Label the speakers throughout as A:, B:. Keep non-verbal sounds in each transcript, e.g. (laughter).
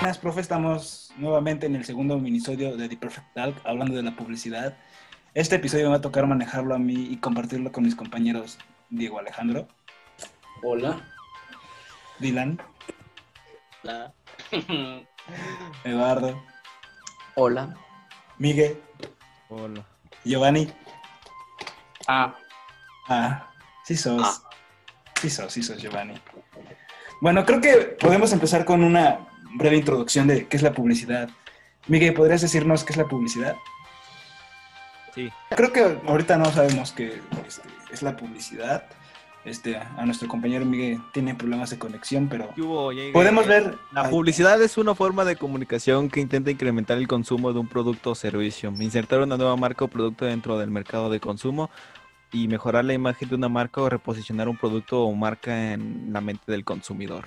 A: buenas, profe. Estamos nuevamente en el segundo minisodio de The Perfect Talk, hablando de la publicidad. Este episodio me va a tocar manejarlo a mí y compartirlo con mis compañeros Diego Alejandro.
B: Hola.
A: Dylan.
C: Hola.
A: Eduardo.
D: Hola.
A: Miguel.
E: Hola.
A: Giovanni.
B: Ah.
A: Ah, sí sos. Sí sos, sí sos, Giovanni. Bueno, creo que podemos empezar con una breve introducción de qué es la publicidad. Miguel, ¿podrías decirnos qué es la publicidad?
E: Sí.
A: Creo que ahorita no sabemos qué este, es la publicidad. Este, a nuestro compañero Miguel tiene problemas de conexión, pero
E: ¿Qué hubo, Yeige?
A: podemos ver...
E: eh, La
A: Ay,
E: publicidad es una forma de comunicación que intenta incrementar el consumo de un producto o servicio, insertar una nueva marca o producto dentro del mercado de consumo y mejorar la imagen de una marca o reposicionar un producto o marca en la mente del consumidor.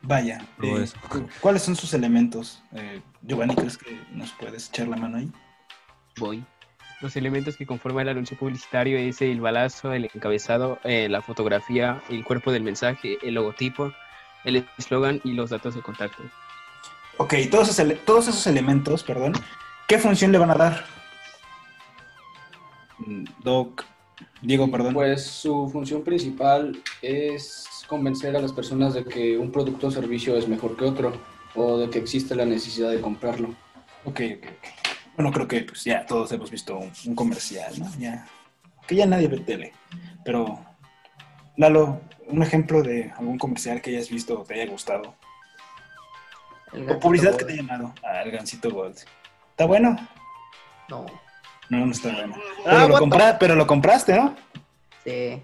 A: Vaya.
E: Todo
A: eh,
E: eso.
A: cu- ¿Cuáles son sus elementos? Eh, Giovanni, ¿crees que nos puedes echar la mano ahí?
D: Voy.
C: Los elementos que conforman el anuncio publicitario es el balazo, el encabezado, eh, la fotografía, el cuerpo del mensaje, el logotipo, el eslogan y los datos de contacto.
A: Ok, todos esos, ele- todos esos elementos, perdón, ¿qué función le van a dar? Mm, Doc, Diego, perdón.
B: Pues su función principal es convencer a las personas de que un producto o servicio es mejor que otro o de que existe la necesidad de comprarlo.
A: Ok, ok, ok. Bueno, creo que pues ya todos hemos visto un, un comercial, ¿no? Ya. Que ya nadie ve tele. Pero, Lalo, un ejemplo de algún comercial que hayas visto o te haya gustado.
D: El
A: O
D: gancito
A: publicidad
D: Gold.
A: que te haya llamado. Ah, el Gancito Gold. ¿Está bueno?
D: No.
A: No, no está bueno.
E: Ah,
A: Pero, lo,
E: what
A: compra- pero lo compraste, ¿no?
D: Sí.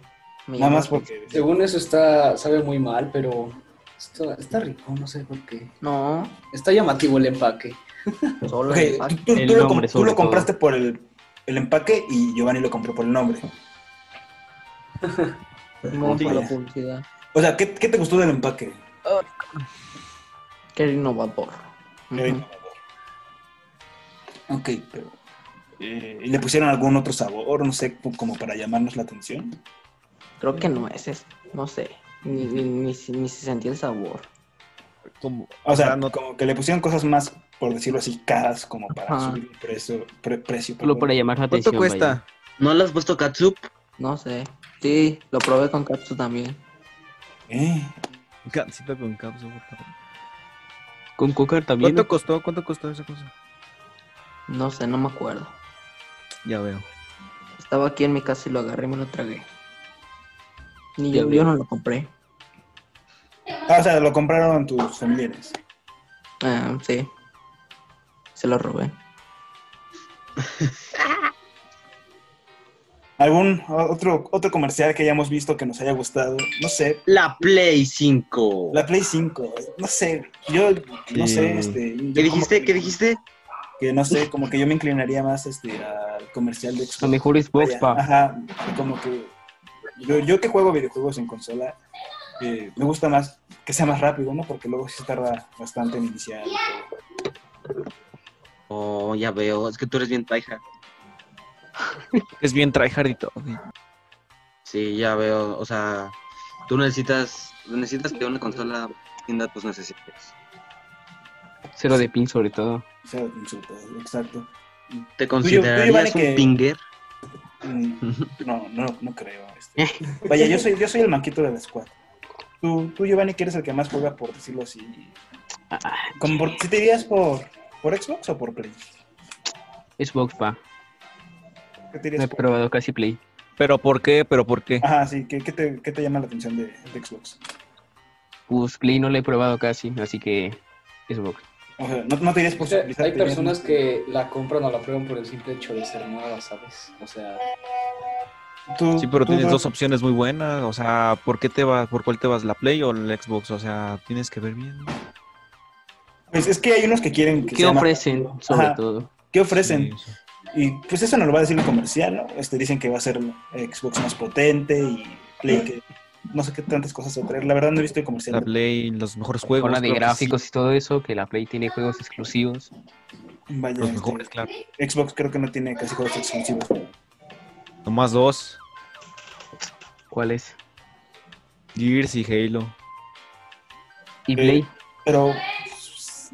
D: Mi
A: Nada más
D: amor.
A: porque...
B: Según eso está, sabe muy mal, pero está, está rico, no sé por qué.
D: No.
B: Está llamativo el empaque.
D: Solo
A: Ok,
D: el
A: tú,
D: empaque.
A: tú-
C: El
A: tú lo,
C: nombre,
A: com- tú
C: sobre
A: lo compraste por el, el empaque y Giovanni lo compró por el nombre.
D: No
A: Sí.
D: por la publicidad.
A: O sea, ¿qué, qué te gustó del empaque?
D: Qué innovador.
A: Era
D: Ujú.
A: innovador. Ok, pero... eh, ¿Y le pusieron algún otro sabor, no sé, co- como para llamarnos la atención?
D: Creo que no es ese. No sé. Ni, ni, ni, si- ni se sentía el sabor.
E: Como-
A: O sea,
E: no-
A: como que le pusieron cosas más, por decirlo así, caras, como para
D: Ajá.
A: subir el precio. pre- precio
C: Solo
A: perdón.
C: para llamar la
E: ¿Cuánto
C: atención.
E: cuesta?
F: ¿No le has puesto catsup?
D: No sé. Sí, lo probé con Capsu también.
A: Eh,
E: Gansito con cápsula, por favor.
C: vaya. Con Cooker también.
E: ¿Cuánto costó? ¿Cuánto costó esa cosa?
D: No sé, no me acuerdo.
E: Ya veo.
D: Estaba aquí en mi casa y lo agarré y me lo tragué. Ni
C: Ya
D: yo,
C: veo.
D: yo no lo compré.
A: ah, o sea, lo compraron tus familiares.
D: Ah, sí. Se lo robé.
A: ¿Algún otro, otro comercial que hayamos visto que nos haya gustado? No sé,
F: La Play 5.
A: La Play 5, no sé, yo no
E: Sí.
A: sé, este... yo
F: ¿Qué
A: como
F: dijiste?
A: que-
F: ¿Qué dijiste?
A: Que no sé, como que yo me inclinaría más este, al comercial de
C: La
A: Xbox.
C: mejor es
A: Vaya,
C: pa.
A: Ajá, como que yo, yo que juego videojuegos en consola, eh, me gusta más que sea más rápido, ¿no? Porque luego sí se tarda bastante en iniciar.
F: Oh, ya veo. Es que tú eres bien taija.
E: Es bien tryhard y todo. güey.
F: Sí, ya veo. O sea, tú necesitas, necesitas que una consola tienda tus necesidades.
C: Cero de pin sobre todo.
A: O sea, sobre todo, exacto.
F: ¿Te
A: Giovanni,
F: considerarías un
A: que-
F: pinger?
A: Mm, No, no, no creo. este.
C: (laughs)
A: Vaya, yo soy, yo soy el manquito de la squad. Tú, tú, Giovanni, que eres el que más juega, por decirlo así.
C: Ah,
A: Como por, ¿Si te dirías por, por Xbox o por Play?
C: Es pa.
A: ¿Qué te
C: No
A: dirías
C: he
A: por-
C: probado casi Play.
E: ¿Pero por qué? ¿Pero por qué?
A: Ajá, sí, ¿qué, qué te, qué te llama la atención de, de Xbox?
C: Pues Play no lo he probado casi, así que Xbox.
A: O sea, no, no te dirías por
B: O sea,
A: publicidad,
B: hay
A: te dirías-
B: personas que la compran o la prueban por el simple hecho de ser nueva, ¿sabes? O sea,
A: Tú-
E: Sí, pero
A: tú,
E: tienes
A: Doc,
E: dos opciones muy buenas. O sea, ¿por qué te vas? ¿Por cuál te vas? ¿La Play o el Xbox? O sea, tienes que ver bien.
A: pues, es que hay unos que quieren que
C: ¿Qué
A: sea más-
C: ofrecen sobre
A: Ajá.
C: todo?
A: ¿Qué ofrecen?
E: Sí, sí.
A: Y pues eso nos lo va a decir el comercial, ¿no? Este, dicen que va a ser eh, Xbox más potente y Play que no sé qué tantas cosas va a traer. La verdad no he visto el comercial.
E: La Play, los mejores juegos.
C: Con la de
E: creo que sí.
C: gráficos y todo eso, que la Play tiene juegos exclusivos.
A: Vaya,
E: Los
A: este,
E: mejores, claro.
A: Xbox creo que no tiene casi juegos exclusivos.
E: Nomás dos.
C: ¿Cuál es?
E: Gears y Halo.
C: Y
A: Eh,
C: Play.
A: Pero pues,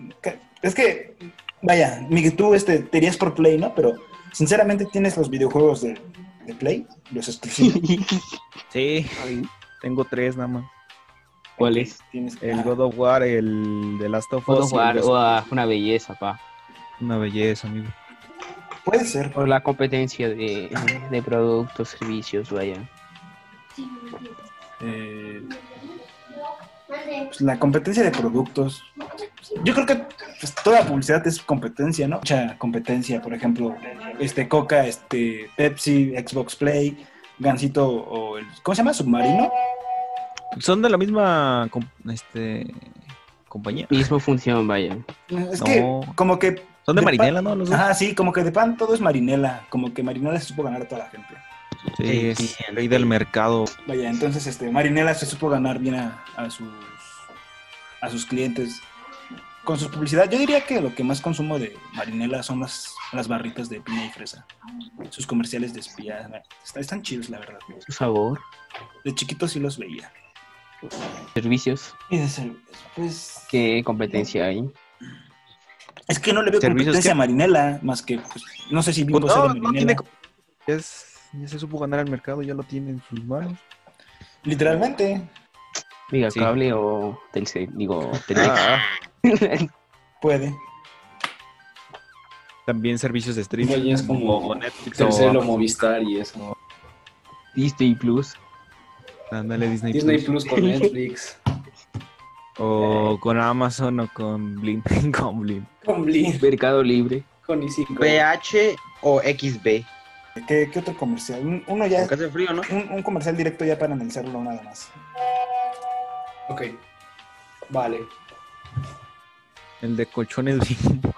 A: es que, vaya, Miguel, tú este, te irías por Play, ¿no? Pero sinceramente tienes los videojuegos de, de Play, los exclusivos.
E: (laughs) Sí, tengo tres nada más.
C: ¿Cuál es?
A: Tienes-
E: El
A: ah,
E: God of War, el de Last of Us.
C: God of
E: y
C: War,
E: el-
C: ¡guau! una belleza, pa.
E: Una belleza, amigo.
A: Puede ser.
C: Por la competencia de, de productos, servicios, vaya.
A: eh, pues, la competencia de productos. Yo creo que pues, toda publicidad es competencia, ¿no? Mucha competencia, por ejemplo, este Coca, este Pepsi, Xbox Play, Gansito o el ¿cómo se llama? Submarino.
E: Son de la misma com- este, compañía.
C: Mismo función, vaya.
A: Es
E: No.
A: que como que
E: Son de
A: De
E: Marinela, ¿no? Los dos.
A: ah, sí, como que de pan todo es marinela, como que marinela se supo ganar a toda la gente.
E: sí, es rey del mercado.
A: Vaya, entonces este Marinela se supo ganar bien a, a sus a sus clientes con su publicidad. Yo diría que lo que más consumo de Marinela son las, las barritas de piña y fresa. Sus comerciales de espía. Están, están chidos, la verdad.
C: Su sabor,
A: De chiquito sí los veía.
C: servicios.
A: Y de cervezas, pues...
C: ¿Qué competencia hay?
A: Es que no le veo
E: ¿Servicios
A: competencia
E: qué?
A: a Marinela, más que... pues, no sé si Bimbo sea
E: No,
A: de
E: no
A: Marinela.
E: tiene. co- Es, ya se supo ganar el mercado, ya lo tiene en sus manos.
A: Literalmente,
C: Diga,
E: Sí.
C: cable o Telcel, digo, Telmex.
E: Ah,
A: puede.
E: también servicios de streaming.
B: Oye, es como
E: Netflix
B: Tercero,
E: o
B: Movistar y eso.
C: Disney Plus.
E: ándale, Disney,
B: Disney Plus
E: Plus.
B: con Netflix. (laughs)
E: O con Amazon o con Blim. (laughs) con Blim.
B: con Blink,
C: Mercado Libre.
B: con E Easy Go.
F: PH o XB.
A: ¿Qué, qué otro comercial? Un- Uno ya...
F: Porque hace frío, ¿no?
A: Un, un comercial directo ya para analizarlo nada más.
B: Ok. Vale.
E: El de colchones Bimbo.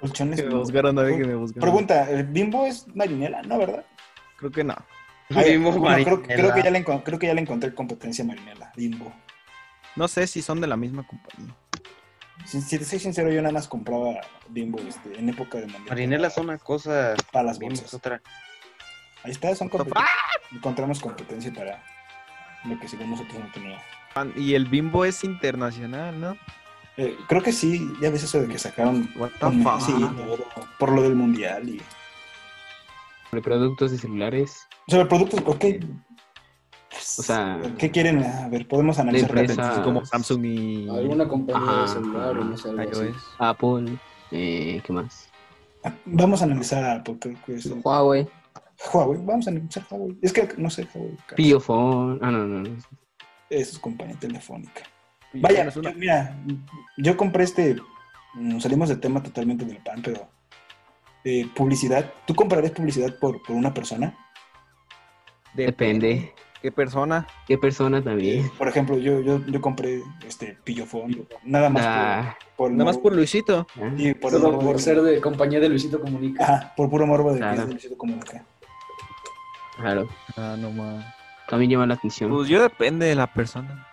A: Colchones.
E: (laughs) Que me buscaron, no que me buscaron.
A: Pregunta, ¿el ¿Bimbo es marinela? No, ¿verdad?
E: Creo que no.
A: Ay,
F: Bimbo
A: bueno, creo,
F: Marinela.
A: creo que ya le encon- creo que ya le encontré competencia a marinela, Bimbo.
E: No sé si son de la misma compañía.
A: Si, si te soy sincero, yo nada más compraba Bimbo este, en época de mundial.
F: Marinela es una cosa,
A: Para las
F: Bimbo es
A: bolsas.
F: otra.
A: Ahí está, son competencias. Encontramos competencia para lo que según nosotros no teníamos.
E: Ah, Y el Bimbo es internacional, ¿no?
A: Eh, creo que sí, ya ves eso de que sacaron
E: What the
A: un
E: fuck?
A: sí, todo, por lo del mundial y
C: Sobre productos de celulares.
A: sobre productos, ¿por qué?
C: O sea,
A: ¿Qué quieren? A ver, podemos analizar
C: empresa-
A: rápido.
E: Así como Samsung y
B: Alguna compañía
C: Ajá.
B: de celular o no sé, algo así. Ah,
E: iOS.
C: Apple. Eh, ¿Qué más?
A: Ah, Vamos a analizar a Apple, creo que es-
D: Huawei.
A: Huawei, vamos a analizar Huawei. Es que no sé Huawei. cara.
C: Piofone. Ah, no, no, no.
A: Es compañía telefónica. Vaya,
E: es una-
A: yo- mira, yo compré este. Nos salimos del tema totalmente del pan, pero. eh, publicidad. ¿Tú comprarías publicidad por, por una persona?
C: Depende.
E: ¿Qué persona?
C: ¿Qué persona también?
A: Por ejemplo, yo, yo, yo compré este pillofón, nada más
C: Ah,
A: por, por
E: Nada más
A: morbo.
E: por Luisito.
C: ah.
A: Sí, por, el
B: Solo
A: morbo
B: por
A: de-
B: ser de compañía de Luisito Comunica.
A: Ajá, por puro morbo de que
C: Claro.
A: es del sitio comunica.
C: Claro,
E: Ah, no más.
C: también llama la atención.
E: Pues yo depende de la persona.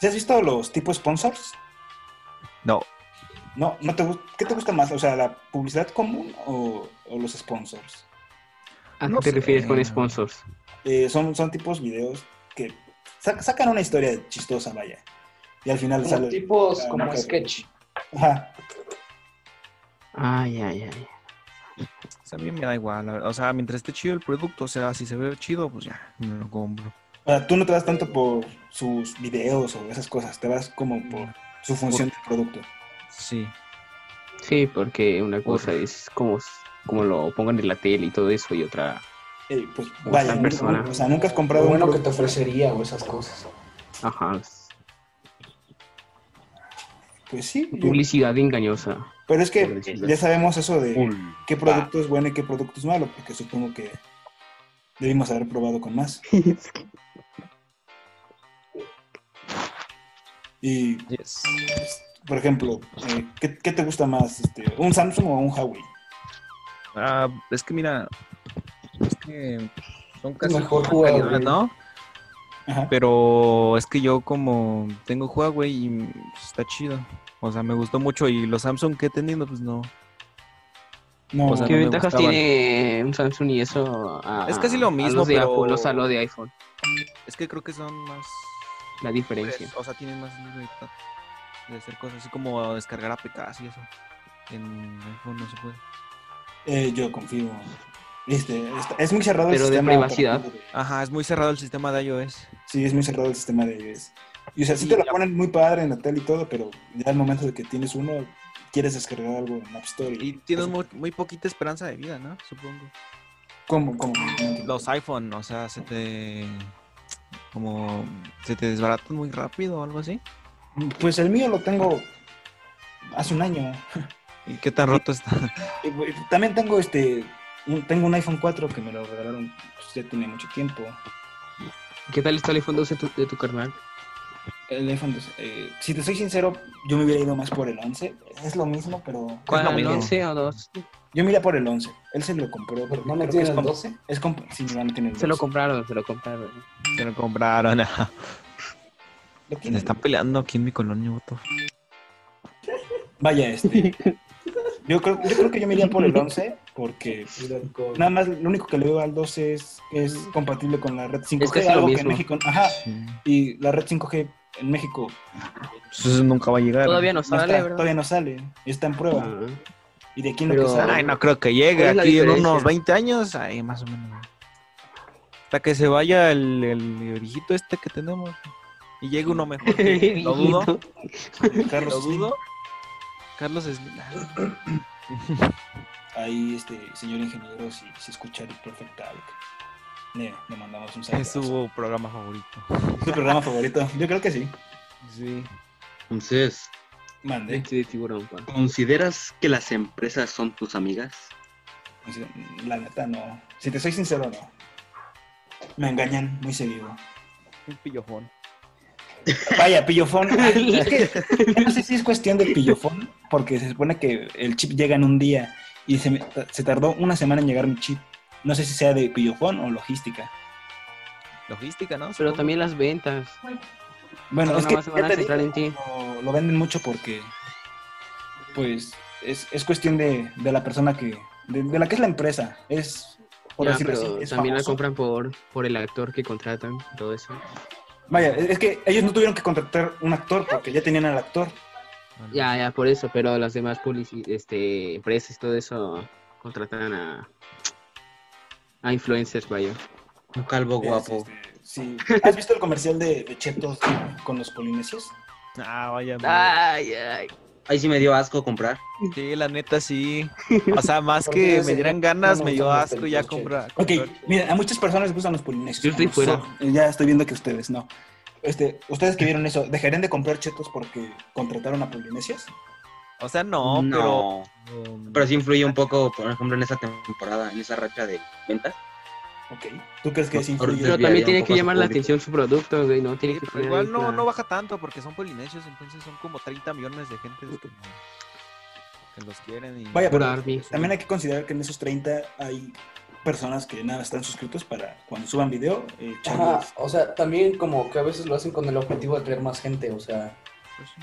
A: ¿Sí ¿Has visto los tipos sponsors?
E: No,
A: No, no te, gust- ¿Qué te gusta más? O sea, ¿la publicidad común o, o los sponsors?
C: ¿A qué
E: no
C: te
E: sé.
C: refieres con sponsors?
A: Eh, son, son tipos videos que sa- sacan una historia chistosa, vaya. Y al final
B: Como
A: sale.
B: tipos
A: Ah,
B: como
A: no,
B: sketch.
A: Ajá.
C: Ay, ay, ay.
E: pues a mí me da igual. la verdad. O sea, mientras esté chido el producto, o sea, si se ve chido, pues ya, me lo compro.
A: O sea, tú no te vas tanto por sus videos o esas cosas, te vas como por su función del producto.
E: Sí.
C: Sí, porque una cosa es como, como lo pongan en la tele y todo eso, y otra.
A: Eh, pues
C: Como
A: vaya,
C: tal
A: nu-
C: persona.
A: o sea, nunca has comprado
B: Lo bueno
A: un
B: que te
A: producto.
B: ofrecería o esas cosas.
C: Ajá. es
A: Pues sí, yo-
C: Publicidad engañosa.
A: pero es que
C: publicidad.
A: ya sabemos eso de
F: Full.
A: qué producto es bueno y qué producto es malo, porque supongo que debimos haber probado con más. (laughs) Y
E: Yes.
A: Por ejemplo, eh, ¿qué, qué te gusta más? Este, ¿Un Samsung o un Huawei?
E: Ah, es que mira, es que son casi
B: Mejor
E: calidad,
B: jugador.
E: ¿no?
A: Ajá.
E: Pero es que yo como tengo Huawei y pues, está chido. O sea, me gustó mucho y los Samsung que he tenido, pues no.
A: No, eh,
E: o sea,
C: ¿Qué
E: no me
C: ventajas
E: gustaban.
C: tiene un Samsung y eso? a-
E: Es casi lo
C: a
E: mismo,
C: los de
E: pero-
C: Apple, o sea, lo de iPhone.
E: Es que creo que son más
C: la diferencia.
E: o sea, tienen más libertad de hacer cosas así como descargar APKs y eso. En iPhone no se puede.
A: Eh, yo confío. Este, está- es muy cerrado
C: Pero de
A: el sistema.
C: privacidad.
A: para-
E: Ajá, es muy cerrado el sistema de iOS.
A: Sí, es muy cerrado el sistema de iOS. Y o sea, sí
C: Y
A: te lo
C: ya-
A: ponen muy padre en la tele y todo, pero ya al momento de que tienes uno, quieres descargar algo en App Store.
E: Y tienen muy, muy poquita esperanza de vida, ¿no? Supongo.
A: ¿Cómo? ¿Cómo? No entiendo.
E: Los iPhone, o sea, se te. Como. Se te desbaratan muy rápido o algo así.
A: Pues el mío lo tengo hace un año.
E: ¿Y qué tan roto está?
A: Y, güey, También tengo este. un- tengo un iPhone 4 que me lo regalaron pues, ya tiene mucho tiempo.
C: ¿Qué tal está el iPhone 12 tu- de tu carnal?
A: El iPhone, pues, eh, si te soy sincero, yo me hubiera ido más por el 11. Es lo mismo, pero.
C: ¿Cuál?
E: lo
C: ¿El
E: mismo.
C: 11 o 2?
A: Yo miré por el 11. Él se lo compró.
B: ¿Tu
A: porque
B: hermana
A: creo que
B: tiene
A: es
B: el
A: comp-
B: 12?
A: Es comp- sí, mi hermana tiene el 12.
C: Se lo compraron, se lo compraron.
E: Se lo compraron. (laughs)
A: Lo
E: Se
A: tiene.
E: están peleando aquí en mi colonia, voto.
A: Vaya, este. Yo creo, yo creo que yo me iría por el 11 porque nada más lo único que le veo al 12 es, es compatible con la red 5G,
C: casi lo
A: algo que en
C: mismo.
A: México, ajá,
E: Sí.
A: y la red 5G en México
E: Pues Eso nunca va a llegar.
C: Todavía no
A: no está-
C: sale, ¿verdad?
A: todavía no sale, está en prueba.
C: Ah. (laughs)
A: Y de aquí en lo
C: Pero-
A: que sale,
E: Ay, no creo que llegue.
C: ¿Cuál es la
E: Aquí en
C: diferencia?
E: unos 20 años, ay, más o menos. Hasta que se vaya el, el viejito este que tenemos. Y llegue uno mejor. que-
C: (laughs)
E: Lo dudo.
A: Carlos
E: Lo
A: Slim,
E: dudo. Carlos Slim.
A: ahí este señor ingeniero si, si escucha el Perfect Talk. Le, le mandamos un saludo.
E: Es su programa favorito.
A: su programa favorito. Yo creo que sí.
E: Sí.
F: Entonces,
A: Mande.
C: Leche Este de tiburón, pues. pa.
F: ¿consideras que las empresas son tus amigas?
A: La neta no. Si te soy sincero, no. Me engañan muy seguido.
E: Un pillojón.
A: Vaya,
E: (laughs)
A: pillofón. Ay, es que no sé si es cuestión del pillofón, porque se supone que el chip llega en un día y se, me- se tardó una semana en llegar mi chip. No sé si sea de pillofón o logística.
E: Logística, ¿no?
C: Pero
E: Supongo.
C: también las ventas.
A: Bueno,
C: Nada
A: es que
C: más se van
A: ya
C: a
A: te
C: centrar
A: digo,
C: en ti.
A: Lo, lo venden mucho porque, pues, es, es cuestión de, de la persona que, de, de la que es la empresa. Es, por
C: Ya,
A: decirlo
C: pero
A: así, es
C: también la
A: famoso.
C: compran por, por el actor que contratan, todo eso.
A: Vaya, es que ellos no tuvieron que contratar un actor porque ya tenían al actor.
E: Bueno,
C: Ya, ya, por eso, pero las demás publici este, empresas y todo eso contratan a, a influencers, vaya.
F: Un calvo
C: Oh,
A: Es, este, sí. ¿Has visto el comercial de, de Chetos con los polinesios?
E: Ah, vaya.
C: Ay, ay.
F: Ahí sí me dio asco comprar.
E: mira. Sí, la neta sí. O sea, (laughs) más
B: ¿Por
E: que
B: qué
E: me
B: se-
E: dieran ganas,
B: no
E: me
B: me
E: dio
B: gustan los
E: asco ya
B: peluches?
E: comprar.
A: Ok, mira, a muchas personas les gustan los polinesios.
C: Yo estoy
A: A nosotros- Ya estoy viendo que ustedes no. Este, ustedes que vieron eso, ¿dejarían de comprar chetos porque contrataron a polinesios?
E: O sea, no,
F: No,
E: pero.
F: Pero sí influye un poco, por ejemplo, en esa temporada, en esa racha de ventas.
A: Ok. ¿Tú crees que sí
F: Ahorita-
A: influye?
C: Pero
F: Desviaría
C: también
F: un
C: tiene
F: poco
C: que
F: a su
C: llamar la
F: público.
C: atención su producto, güey, no tiene
E: Sí,
C: que
E: pero
C: poner
E: igual
C: ahí
E: no,
C: una-
E: no baja tanto porque son polinesios, entonces son como 30 millones de gente que, que los quieren. Y...
A: Vaya,
C: Pura
A: pero
C: Army.
A: también hay que considerar que en esos 30 hay personas que nada están suscritos para cuando suban video, eh,
B: Ajá,
A: echarles-
B: o sea, también como que a veces lo hacen con el objetivo de atraer más gente, o sea...
E: Pues sí.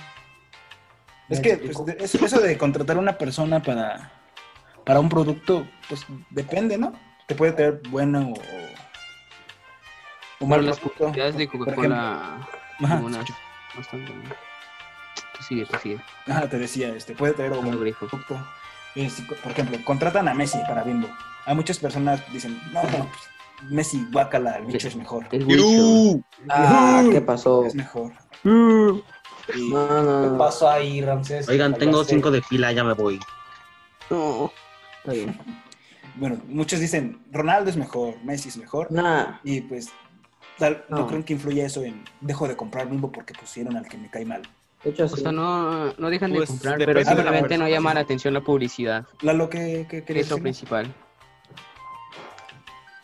A: Es
B: ¿me
A: que
B: explico?
A: pues, de- eso, eso de contratar a una persona para, para un producto, pues depende, ¿no? Te puede traer bueno o, o
C: Pero
A: mal
C: las
A: producto.
C: publicidades de
A: Por ejemplo.
C: Coca-Cola
A: Ajá,
C: son unas-
A: escucho.
C: bastante... Tú sigue, tú sigue.
A: Ajá, te decía, este, puede traer o
C: Hazlo,
A: buen
C: Grifo.
A: producto. Eh, si, por ejemplo, contratan a Messi para Bimbo. A muchas personas dicen, no, no, pues, Messi, guácala, el bicho es mejor.
C: El Wicho.
D: Ah, ¿qué pasó?
A: Es mejor. Y-
D: No, no,
A: pues, ah,
B: ¿Qué
D: no.
B: pasó ahí, Ramsés?
F: Oigan, tengo
A: eh.
B: Fallaste.
F: cinco de fila, ya
A: (laughs)
F: me voy.
C: No, está bien.
A: bueno, muchos dicen, Ronaldo es mejor, Messi es mejor.
D: Nah,
A: Y pues, tal, no.
D: No.
A: creen que influya eso en dejo de comprar Bimbo porque pusieron al que me cae mal.
D: de hecho
C: O
D: sí.
C: sea, no, no dejan de
E: Pues,
C: comprar,
E: depende de
C: pero
A: la
C: simplemente no
A: persona,
C: llama
A: sí.
C: la atención la publicidad.
A: Lalo, ¿qué, qué
C: que
A: querías
C: es lo
A: decir?
C: principal.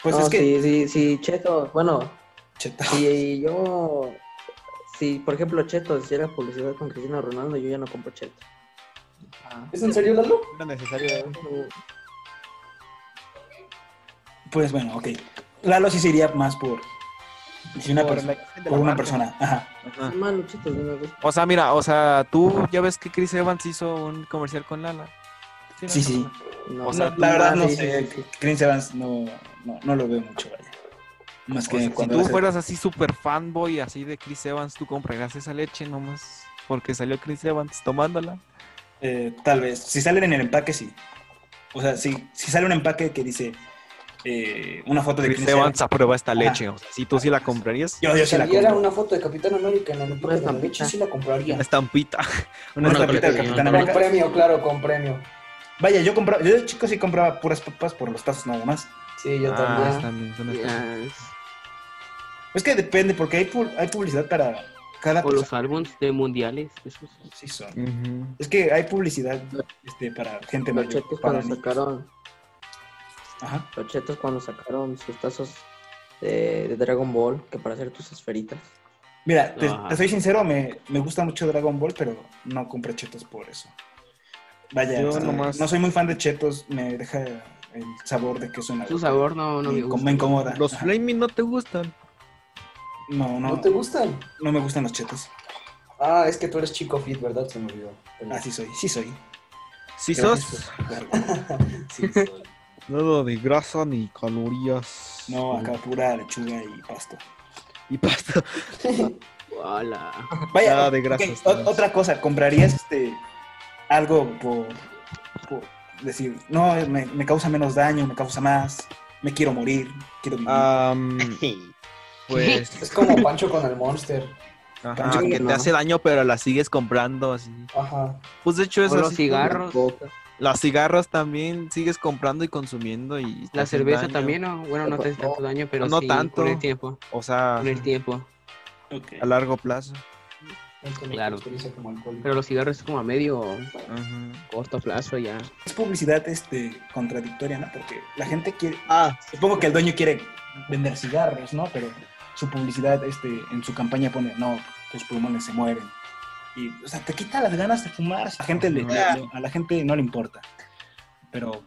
A: Pues
D: No,
A: es que,
D: sí, sí, sí, Chetos, bueno,
A: Cheta,
D: si eh, yo, si por ejemplo Chetos hiciera publicidad con Cristiano Ronaldo, yo ya no compro Chetos.
B: ¿Es en serio, Lalo?
E: No era necesario.
A: pues bueno, ok. Lalo sí se iría más por, si una
E: Por la
A: persona,
E: imagen de la
A: por una
E: marca.
A: persona. Ajá.
E: Ajá.
D: Mano, Chetos, ah, no me gusta.
E: O sea, mira, o sea, tú ya ves que Chris Evans hizo un comercial con Lala. ¿no?
A: Sí, sí.
D: No,
E: O sea,
D: no,
A: La verdad
D: ah,
A: no
D: sí, sí,
A: sé,
D: sí, sí.
A: Chris Evans no, no, no lo veo mucho, vaya. Más
E: O
A: que
E: sea, si
A: cuando
E: tú
A: hace-
E: fueras así super fanboy, así de Chris Evans, tú comprarías esa leche nomás porque salió Chris Evans tomándola.
A: Eh, tal vez. Si salen en el empaque, sí. O sea, si, si sale un empaque que dice eh, una foto de
E: Chris,
A: Chris
E: Evans
A: Evans, Ah.
E: aprueba esta
A: Ajá.
E: leche. O sea, si tú sí la comprarías,
A: yo, yo
B: Si
A: se la
B: diera
A: compro.
B: una foto de Capitán América en el empaque de la
D: estampita.
B: leche, sí la compraría.
E: una estampita.
A: Una
F: Una
A: tapita del
F: colección,
A: Capitán
F: ¿no?
B: Con
A: América.
B: premio, claro, con premio.
A: Vaya, yo compraba, yo de chico sí compraba puras papas por los tazos nada más.
B: Sí, yo
E: Ah,
B: también.
E: es también, es una estampa.
C: Yes.
A: Es que depende, porque hay, pu- hay publicidad para cada
C: O los
A: persona.
C: álbumes de mundiales. esos.
A: Sí son.
E: Ujú.
A: Es que hay publicidad este, para gente
D: Los
A: mayor.
D: chetos
A: para
D: cuando
A: niños.
D: sacaron,
A: Ajá.
D: los chetos cuando sacaron sus tazos de, de Dragon Ball, que para hacer tus esferitas.
A: Mira, te,
C: Ajá.
A: te soy sincero, me, me gusta mucho Dragon Ball, pero no compré chetos por eso. Vaya,
E: Yo
A: este,
E: nomás-
A: no soy muy fan de chetos, me deja el sabor de queso en la
C: Su
A: boca.
C: sabor no, no
A: me,
C: me
A: incom-
C: gusta.
A: me incomoda.
E: Los
A: Ajá.
E: Flaming no te gustan.
A: No, no,
B: ¿No
A: no,
B: te gustan?
A: me gustan los chetos.
B: Ah, es que tú eres chico fit, ¿verdad? Se me olvidó. Ah,
A: Así soy, sí soy.
E: Si
A: Gracias
E: sos,
A: por recordarlo.
B: Sí, soy.
E: nada de grasa ni calorías.
A: No, acá pura lechuga y pasto.
E: Y pasta.
C: Ala.
A: Vaya,
E: Nada Ah, de
A: ok,
E: grasas,
A: o-
E: nada más.
A: otra cosa, ¿comprarías este algo por, por decir, no, me, me causa menos daño, me causa más, me quiero morir, quiero vivir?
E: Ah, Am,
B: Es
C: (laughs)
E: pues,
B: como Pancho con el Monster.
E: ajá,
A: Yo creo
E: que
D: que
E: te
D: no.
E: hace daño, pero la sigues comprando así.
B: Ajá.
E: Pues de hecho es
C: O los
E: así.
C: cigarros.
D: Coca.
E: Las cigarras también sigues comprando y consumiendo y te
C: La
E: hacen
C: cerveza
E: daño.
C: también, ¿no? Bueno, no te hace tanto daño, pero
E: no
C: sí,
E: tanto.
C: con el tiempo.
E: O sea,
C: Con el tiempo.
A: Ok.
E: a largo plazo.
B: Esto no
C: Claro.
B: caracteriza como alcohólico.
C: Pero los cigarros es como a medio
E: Ajá.
C: corto plazo ya.
A: Es publicidad este, contradictoria, ¿no? Porque la gente quiere,
E: Ah,
A: supongo que el dueño quiere vender cigarros, ¿no? Pero su publicidad este, en su campaña pone, no, tus pulmones se mueren. Y, o sea, te quita las ganas de fumar. A, gente le-
F: Ah.
E: Claro.
A: a la gente no le importa. Pero,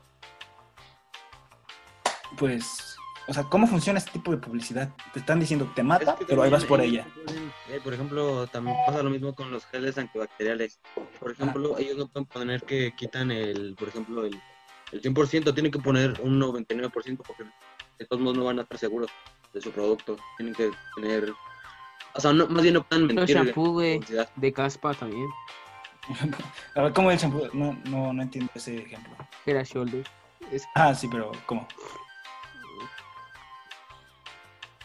A: pues, o sea, ¿cómo funciona este tipo de publicidad? Te están diciendo, te mata,
F: Es que
A: pero ahí vas
F: también
A: por
F: ellos
A: ella. (laughs)
F: no pueden, eh, por ejemplo, también pasa lo mismo con los geles antibacteriales. Por ejemplo,
A: Ah.
F: ellos no pueden poner que quitan el, por ejemplo, el, el 100%, tienen que poner un 99% porque de todos modos no van a estar seguros de su producto. Tienen que tener, o sea, no, más bien no pueden
C: Los
F: mentir. en la
C: shampoo de,
F: publicidad.
C: de caspa también.
A: A ver, ¿cómo el champú? No, no, no entiendo ese ejemplo.
C: Head and Shoulders. Es
A: Ah, sí, pero ¿cómo?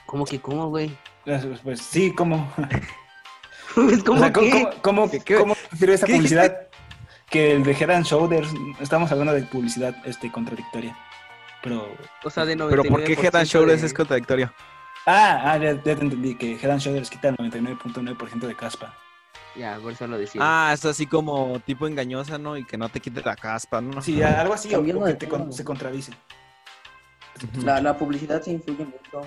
C: como que, ¿cómo, güey?
A: Pues, pues, sí,
D: (laughs)
A: ¿cómo?
D: Pues,
C: es como
A: O sea, ¿cómo,
C: que...
A: cómo- cómo-
E: ¿Qué- qué-
A: cómo sirve esa
E: qué
A: publicidad que el de Head and Shoulders? Estamos hablando de publicidad este, contradictoria. Pero.
C: O sea, de 99%.
E: pero ¿por qué Head and Shoulders
C: de-
E: es contradictorio?
A: Ah, ah, ya, ya te entendí que Head and Shoulders quita el 99.9% de caspa.
C: Ya, por eso lo decía.
E: Ah, es así como tipo engañosa, ¿no? Y que no te quite la caspa, ¿no?
A: Sí, ya, algo así, o,
D: Cambiando
A: o que
D: de
A: te
D: tema,
A: con-
D: güey.
A: se contradice.
D: La, la publicidad se influye mucho.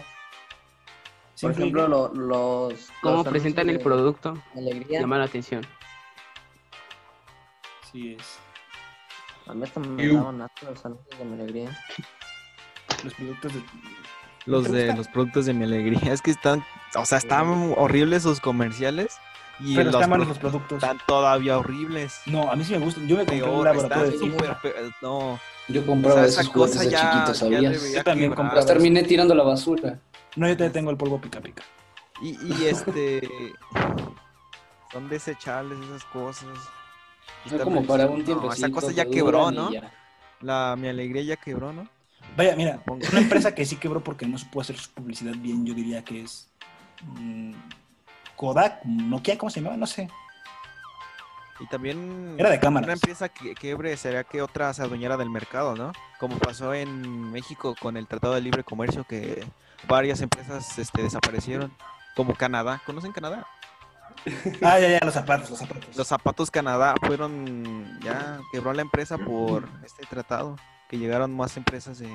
A: Sí,
D: Por
A: sí.
D: ejemplo, lo- los.
C: Cómo
D: los
C: presentan el
D: anuncios
C: producto
D: de Alegría.
C: llama la atención.
A: Sí, es.
D: A mí hasta me daban asco los anuncios de mi alegría.
A: Los productos de.
E: Los de los productos de mi alegría. Es que están, o sea, están horribles sus comerciales. Y
A: Pero
E: los
A: están malos
E: productos
A: los productos.
E: están todavía horribles.
A: No, a mí sí me gustan. Yo me compré un
E: Peor,
A: laboratorio
E: están
A: de química.
E: súper pe- No,
B: Yo
E: o
B: compraba
E: sea,
B: esos
E: esa
B: juguetes
E: cosa
B: de
E: ya,
B: chiquito,
E: ya
B: ¿sabías?
E: debería
A: Yo también
E: quebrar.
A: compraba.
B: Los terminé tirando a la basura.
A: No, yo todavía tengo el polvo pica pica.
E: Y, y este. Son desechables esas cosas. Y
B: Fue
E: está
B: como
E: mal-
B: para un
E: no,
B: tiempo.
E: esa cosa ya quebró, ¿no? La, mi alegría ya quebró, ¿no?
A: Vaya, mira,
E: Supongo.
A: una empresa que sí quebró porque no supo hacer su publicidad bien, yo diría que es mm, Kodak, Nokia, ¿cómo se llamaba? No sé.
E: Y también.
A: Era de
E: Una
A: cámaras.
E: empresa que quiebre sería que otra se adueñara del mercado, ¿no? Como pasó en México con el Tratado de Libre Comercio, que varias empresas este, desaparecieron. Como Canadá, ¿conocen Canadá?
A: Ah, ya, ya, los zapatos, los zapatos.
E: Los zapatos Canadá fueron, ya quebró la empresa por este tratado, que llegaron más empresas de,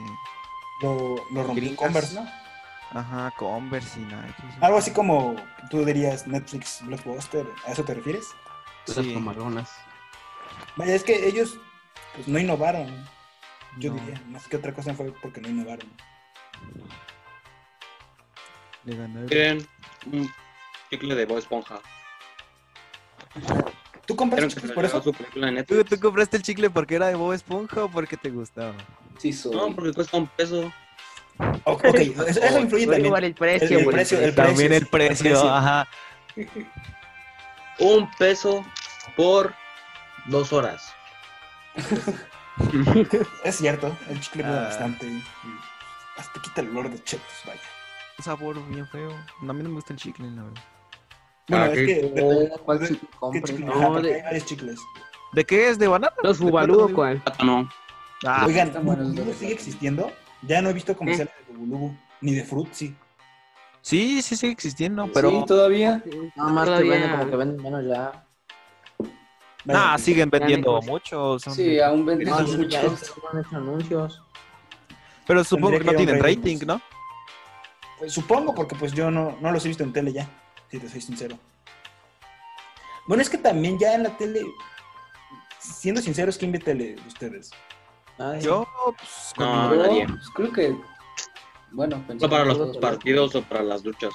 A: Lo, lo rompí en
E: Gringas.
A: Converse, ¿no?
E: ajá, Converse y Nike.
A: Algo así como tú dirías Netflix, Blockbuster, ¿a eso te refieres?
C: Esas
E: Sí.
C: comarronas.
A: Vaya, es que ellos pues, no innovaron, yo
E: No,
A: diría. Más que otra cosa fue porque no innovaron.
E: le ganaron.
F: Miren, un chicle de Bob Esponja.
A: ¿Tú compras
F: ¿Vieron que
A: chicles
F: se
A: por
F: estrenó
A: eso?
F: su película en
E: ¿Tú,
F: Netflix?
E: tú compraste el chicle porque era de Bob Esponja o porque te gustaba?
B: Sí, soy.
F: No, porque cuesta un peso.
A: Ok, ok, eso, eso influye
C: No igual
A: también.
C: el precio,
A: el
C: güey.
A: precio, el precio.
E: También el precio,
A: precio.
E: ajá.
F: Un peso por dos horas.
A: Es cierto, el chicle dura
E: Ah.
A: bastante. y- y Hasta quita el olor de chetos, vaya.
E: Un sabor bien feo. No, a mí no me gusta el chicle, la verdad.
A: Bueno,
F: Ah,
A: es
F: qué-
A: que. depende
D: Depende Eh, cuál
A: de-
D: chicle
A: ¿Qué
D: compres.
A: chicle?
D: ¿no?
A: Ajá,
C: No,
A: porque
C: de-
A: hay varios chicles.
E: ¿De qué es? ¿De banana?
C: ¿Los bubalú o cuál?
F: No.
E: Ah,
A: Oigan,
B: están buenos los de
A: ¿Bubulubu sigue
B: plátano.
A: existiendo? Ya no he visto comerciales de Bubulubu, ni de Fruitsy.
E: sí, sí sigue existiendo, pero...
B: Sí, todavía.
D: Nada más que
C: Todavía-
D: venden como que venden menos ya.
E: Ah,
A: pues,
E: siguen vendiendo
C: Gané.
E: mucho. son-
B: Sí, aún venden
D: No,
B: sus
D: ya
B: muchos.
D: es- no han hecho anuncios.
E: Pero supongo que
A: Tendría
E: no
A: que ir a
E: tienen
A: un
E: rating,
A: rating.
E: ¿no?
A: Pues supongo, porque pues yo no, no los he visto en tele ya, si te soy sincero. Bueno, es que también ya en la tele, siendo sinceros, ¿quién ve tele de ustedes?
D: Ay,
E: Yo, pues, con-
F: No,
B: Yo,
F: nadie.
B: pues, creo que. Bueno, pensé-
F: No para los partidos o para las luchas.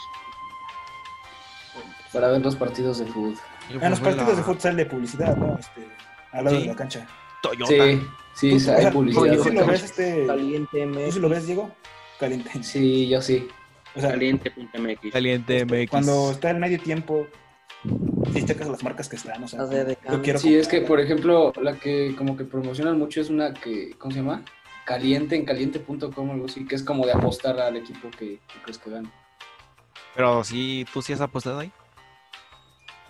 B: para ver los partidos de fútbol.
A: En Ah, los partidos de futsal de publicidad, ¿no? Este, al lado
E: Sí.
A: de la cancha.
E: Toyota.
B: Sí, sí,
A: Tú-
B: sí,
A: o sea,
B: hay
A: ¿Tú sí lo
B: publicidad.
A: ves, este,
D: Caliente, me.
A: ¿tú sí lo ves, Diego? Caliente.
B: Sí, yo sí.
A: O sea,
F: Caliente.mx.
E: Caliente MX.
A: cuando está el medio tiempo, si checas las marcas que están, o sea,
D: O sea, de
A: yo quiero
D: Pero
B: Sí, es que,
A: comprar.
B: por ejemplo, la que como que promocionan mucho es una que, ¿cómo se llama? Caliente en caliente.com, algo así, que es como de apostar al equipo que, que crees que gana.
E: Pero sí, ¿tú sí has apostado ahí?
B: (laughs)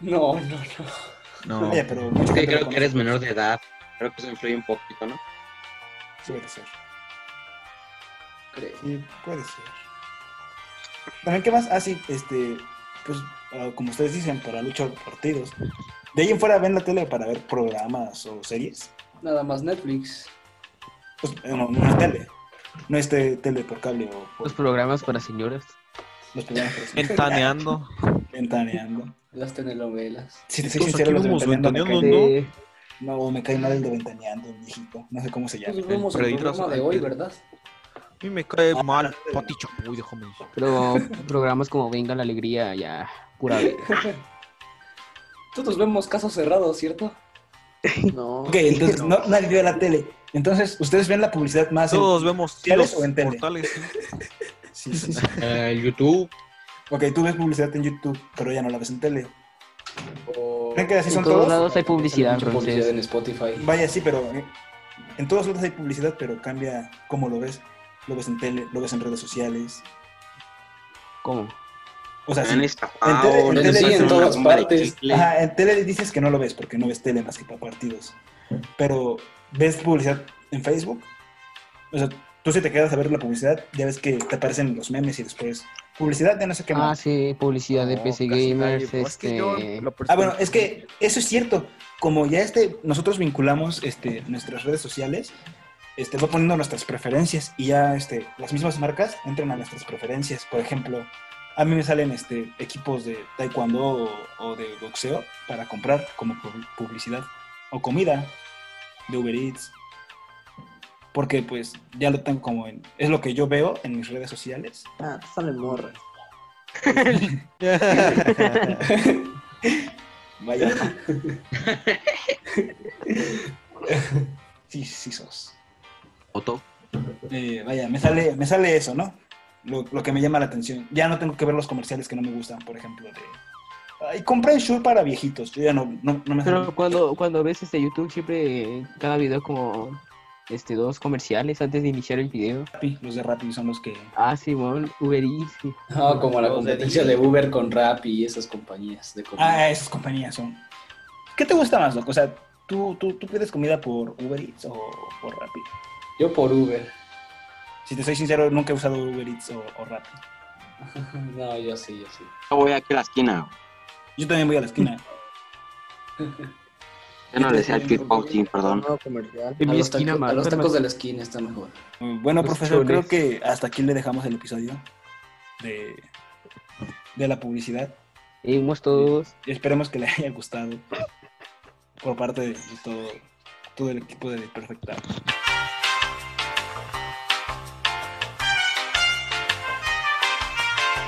B: No, no, no.
A: (laughs)
E: No.
A: Vaya, pero mucha gente
F: Sí,
A: lo
F: creo que
A: conoce.
F: eres menor de edad. Creo que eso influye un poquito, ¿no?
A: Sí, puede ser.
B: creo.
A: Sí, puede ser. También, ¿qué más? Ah, sí, este, pues, ah, como ustedes dicen, para luchar partidos. De ahí en fuera ven la tele para ver programas o series.
B: Nada más Netflix.
A: Pues, eh, no, no es tele. No es te- tele por cable o por
C: Los programas para señoras.
A: los programas. por ejemplo.
E: Ventaneando.
A: Ventaneando.
B: Las telenovelas.
A: Si te soy
E: Entonces,
A: sincero,
E: Pues aquí
A: los de
E: vemos
A: ventaneando me
E: Ventaneando,
A: caen-
E: ¿no?
C: Sí.
A: No, me cae mal el de ventaneando en México. No sé cómo se llama.
B: Pues vemos
E: Freddy
B: el programa
E: Rosa.
B: de hoy, ¿verdad?
E: A mí me cae
A: Ah,
E: mal
A: sí.
E: Pati Chapoy, déjame decir.
C: Pero programas como Venga la Alegría, ya,
E: (laughs)
C: pura vida.
B: Todos vemos casos cerrados, ¿cierto?
D: No.
A: Ok, entonces, no, nadie vio la tele. Entonces, ¿ustedes ven la publicidad más en-
E: Todos vemos tiros
A: o en tele?
E: portales. sí.
A: Sí, sí, sí.
F: El YouTube.
A: Ok, tú ves publicidad en YouTube, pero ya no la ves en tele.
B: O...
A: ¿Creen que así son
C: En todos
A: todos?
C: lados hay publicidad,
B: Mucha publicidad en
C: entonces.
B: Spotify.
A: Vaya, sí, pero eh, en todos lados hay publicidad, pero cambia cómo lo ves. Lo ves en tele, lo ves en redes sociales.
C: ¿Cómo?
A: O sea,
F: Me han
A: sí.
F: estafado,
A: En tele- en
F: les
A: tele-
F: hacen
A: en
F: una
B: todas
F: bomba de
B: partes.
F: chicle.
A: Ajá, en tele dices que no lo ves porque no ves tele más que para partidos. Pero ves publicidad en Facebook. O sea, tú si te quedas a ver la publicidad, ya ves que te aparecen los memes y después publicidad de no sé qué
C: Ah,
A: más.
C: sí, publicidad de
E: No,
C: PC
E: casi nadie.
C: Gamers,
E: Pues es que yo
C: este...
E: lo
A: Ah, bueno, es que eso es cierto. Como ya este, nosotros vinculamos este, nuestras redes sociales, este, va poniendo nuestras preferencias y ya este, las mismas marcas entran a nuestras preferencias. Por ejemplo, a mí me salen este, equipos de taekwondo o, o de boxeo para comprar como pu- publicidad o comida de Uber Eats. Porque pues ya lo tengo como en... Es lo que yo veo en mis redes sociales.
D: Ah, te salen morras.
A: (laughs)
E: (laughs)
A: Vaya. sí, sí sos.
F: Foto.
A: Eh, vaya, me sale, me sale eso, ¿no? Lo, lo que me llama la atención. Ya no tengo que ver los comerciales que no me gustan, por ejemplo, de... Ay, compré el Shure para viejitos. Yo ya no, no, no me
C: Pero cuando, cuando ves este YouTube, siempre eh, cada video como este dos comerciales antes de iniciar el video.
A: Rappi, Los de Rappi son los que...
C: Ah, Simón, Uber Eats. sí.
B: No, Ah, como la
E: Los de
B: competencia de Uber con Rap y esas compañías de comida.
A: Ah, esas compañías son... ¿Qué te gusta más, loco? O sea, ¿tú, tú, tú pides comida por Uber Eats o por Rappi?
B: Yo por Uber. (laughs)
A: Si te soy sincero, nunca he usado Uber Eats o, o Rappi.
B: No, yo sí, yo sí.
F: Yo voy aquí a la esquina.
A: Yo también voy a la esquina.
F: Ya no le decía al kickboxing, perdón.
D: Nuevo comercial.
C: En
B: a
C: mi
B: los
C: esquina,
B: taco-
C: más
B: a los tacos de la esquina está mejor.
A: Bueno,
C: Los
A: profesor,
C: chones.
A: creo que hasta aquí le dejamos el episodio de, de la publicidad.
C: Seguimos eh, todos.
A: Y esperemos que le haya gustado por parte de todo, todo el equipo de Perfecta.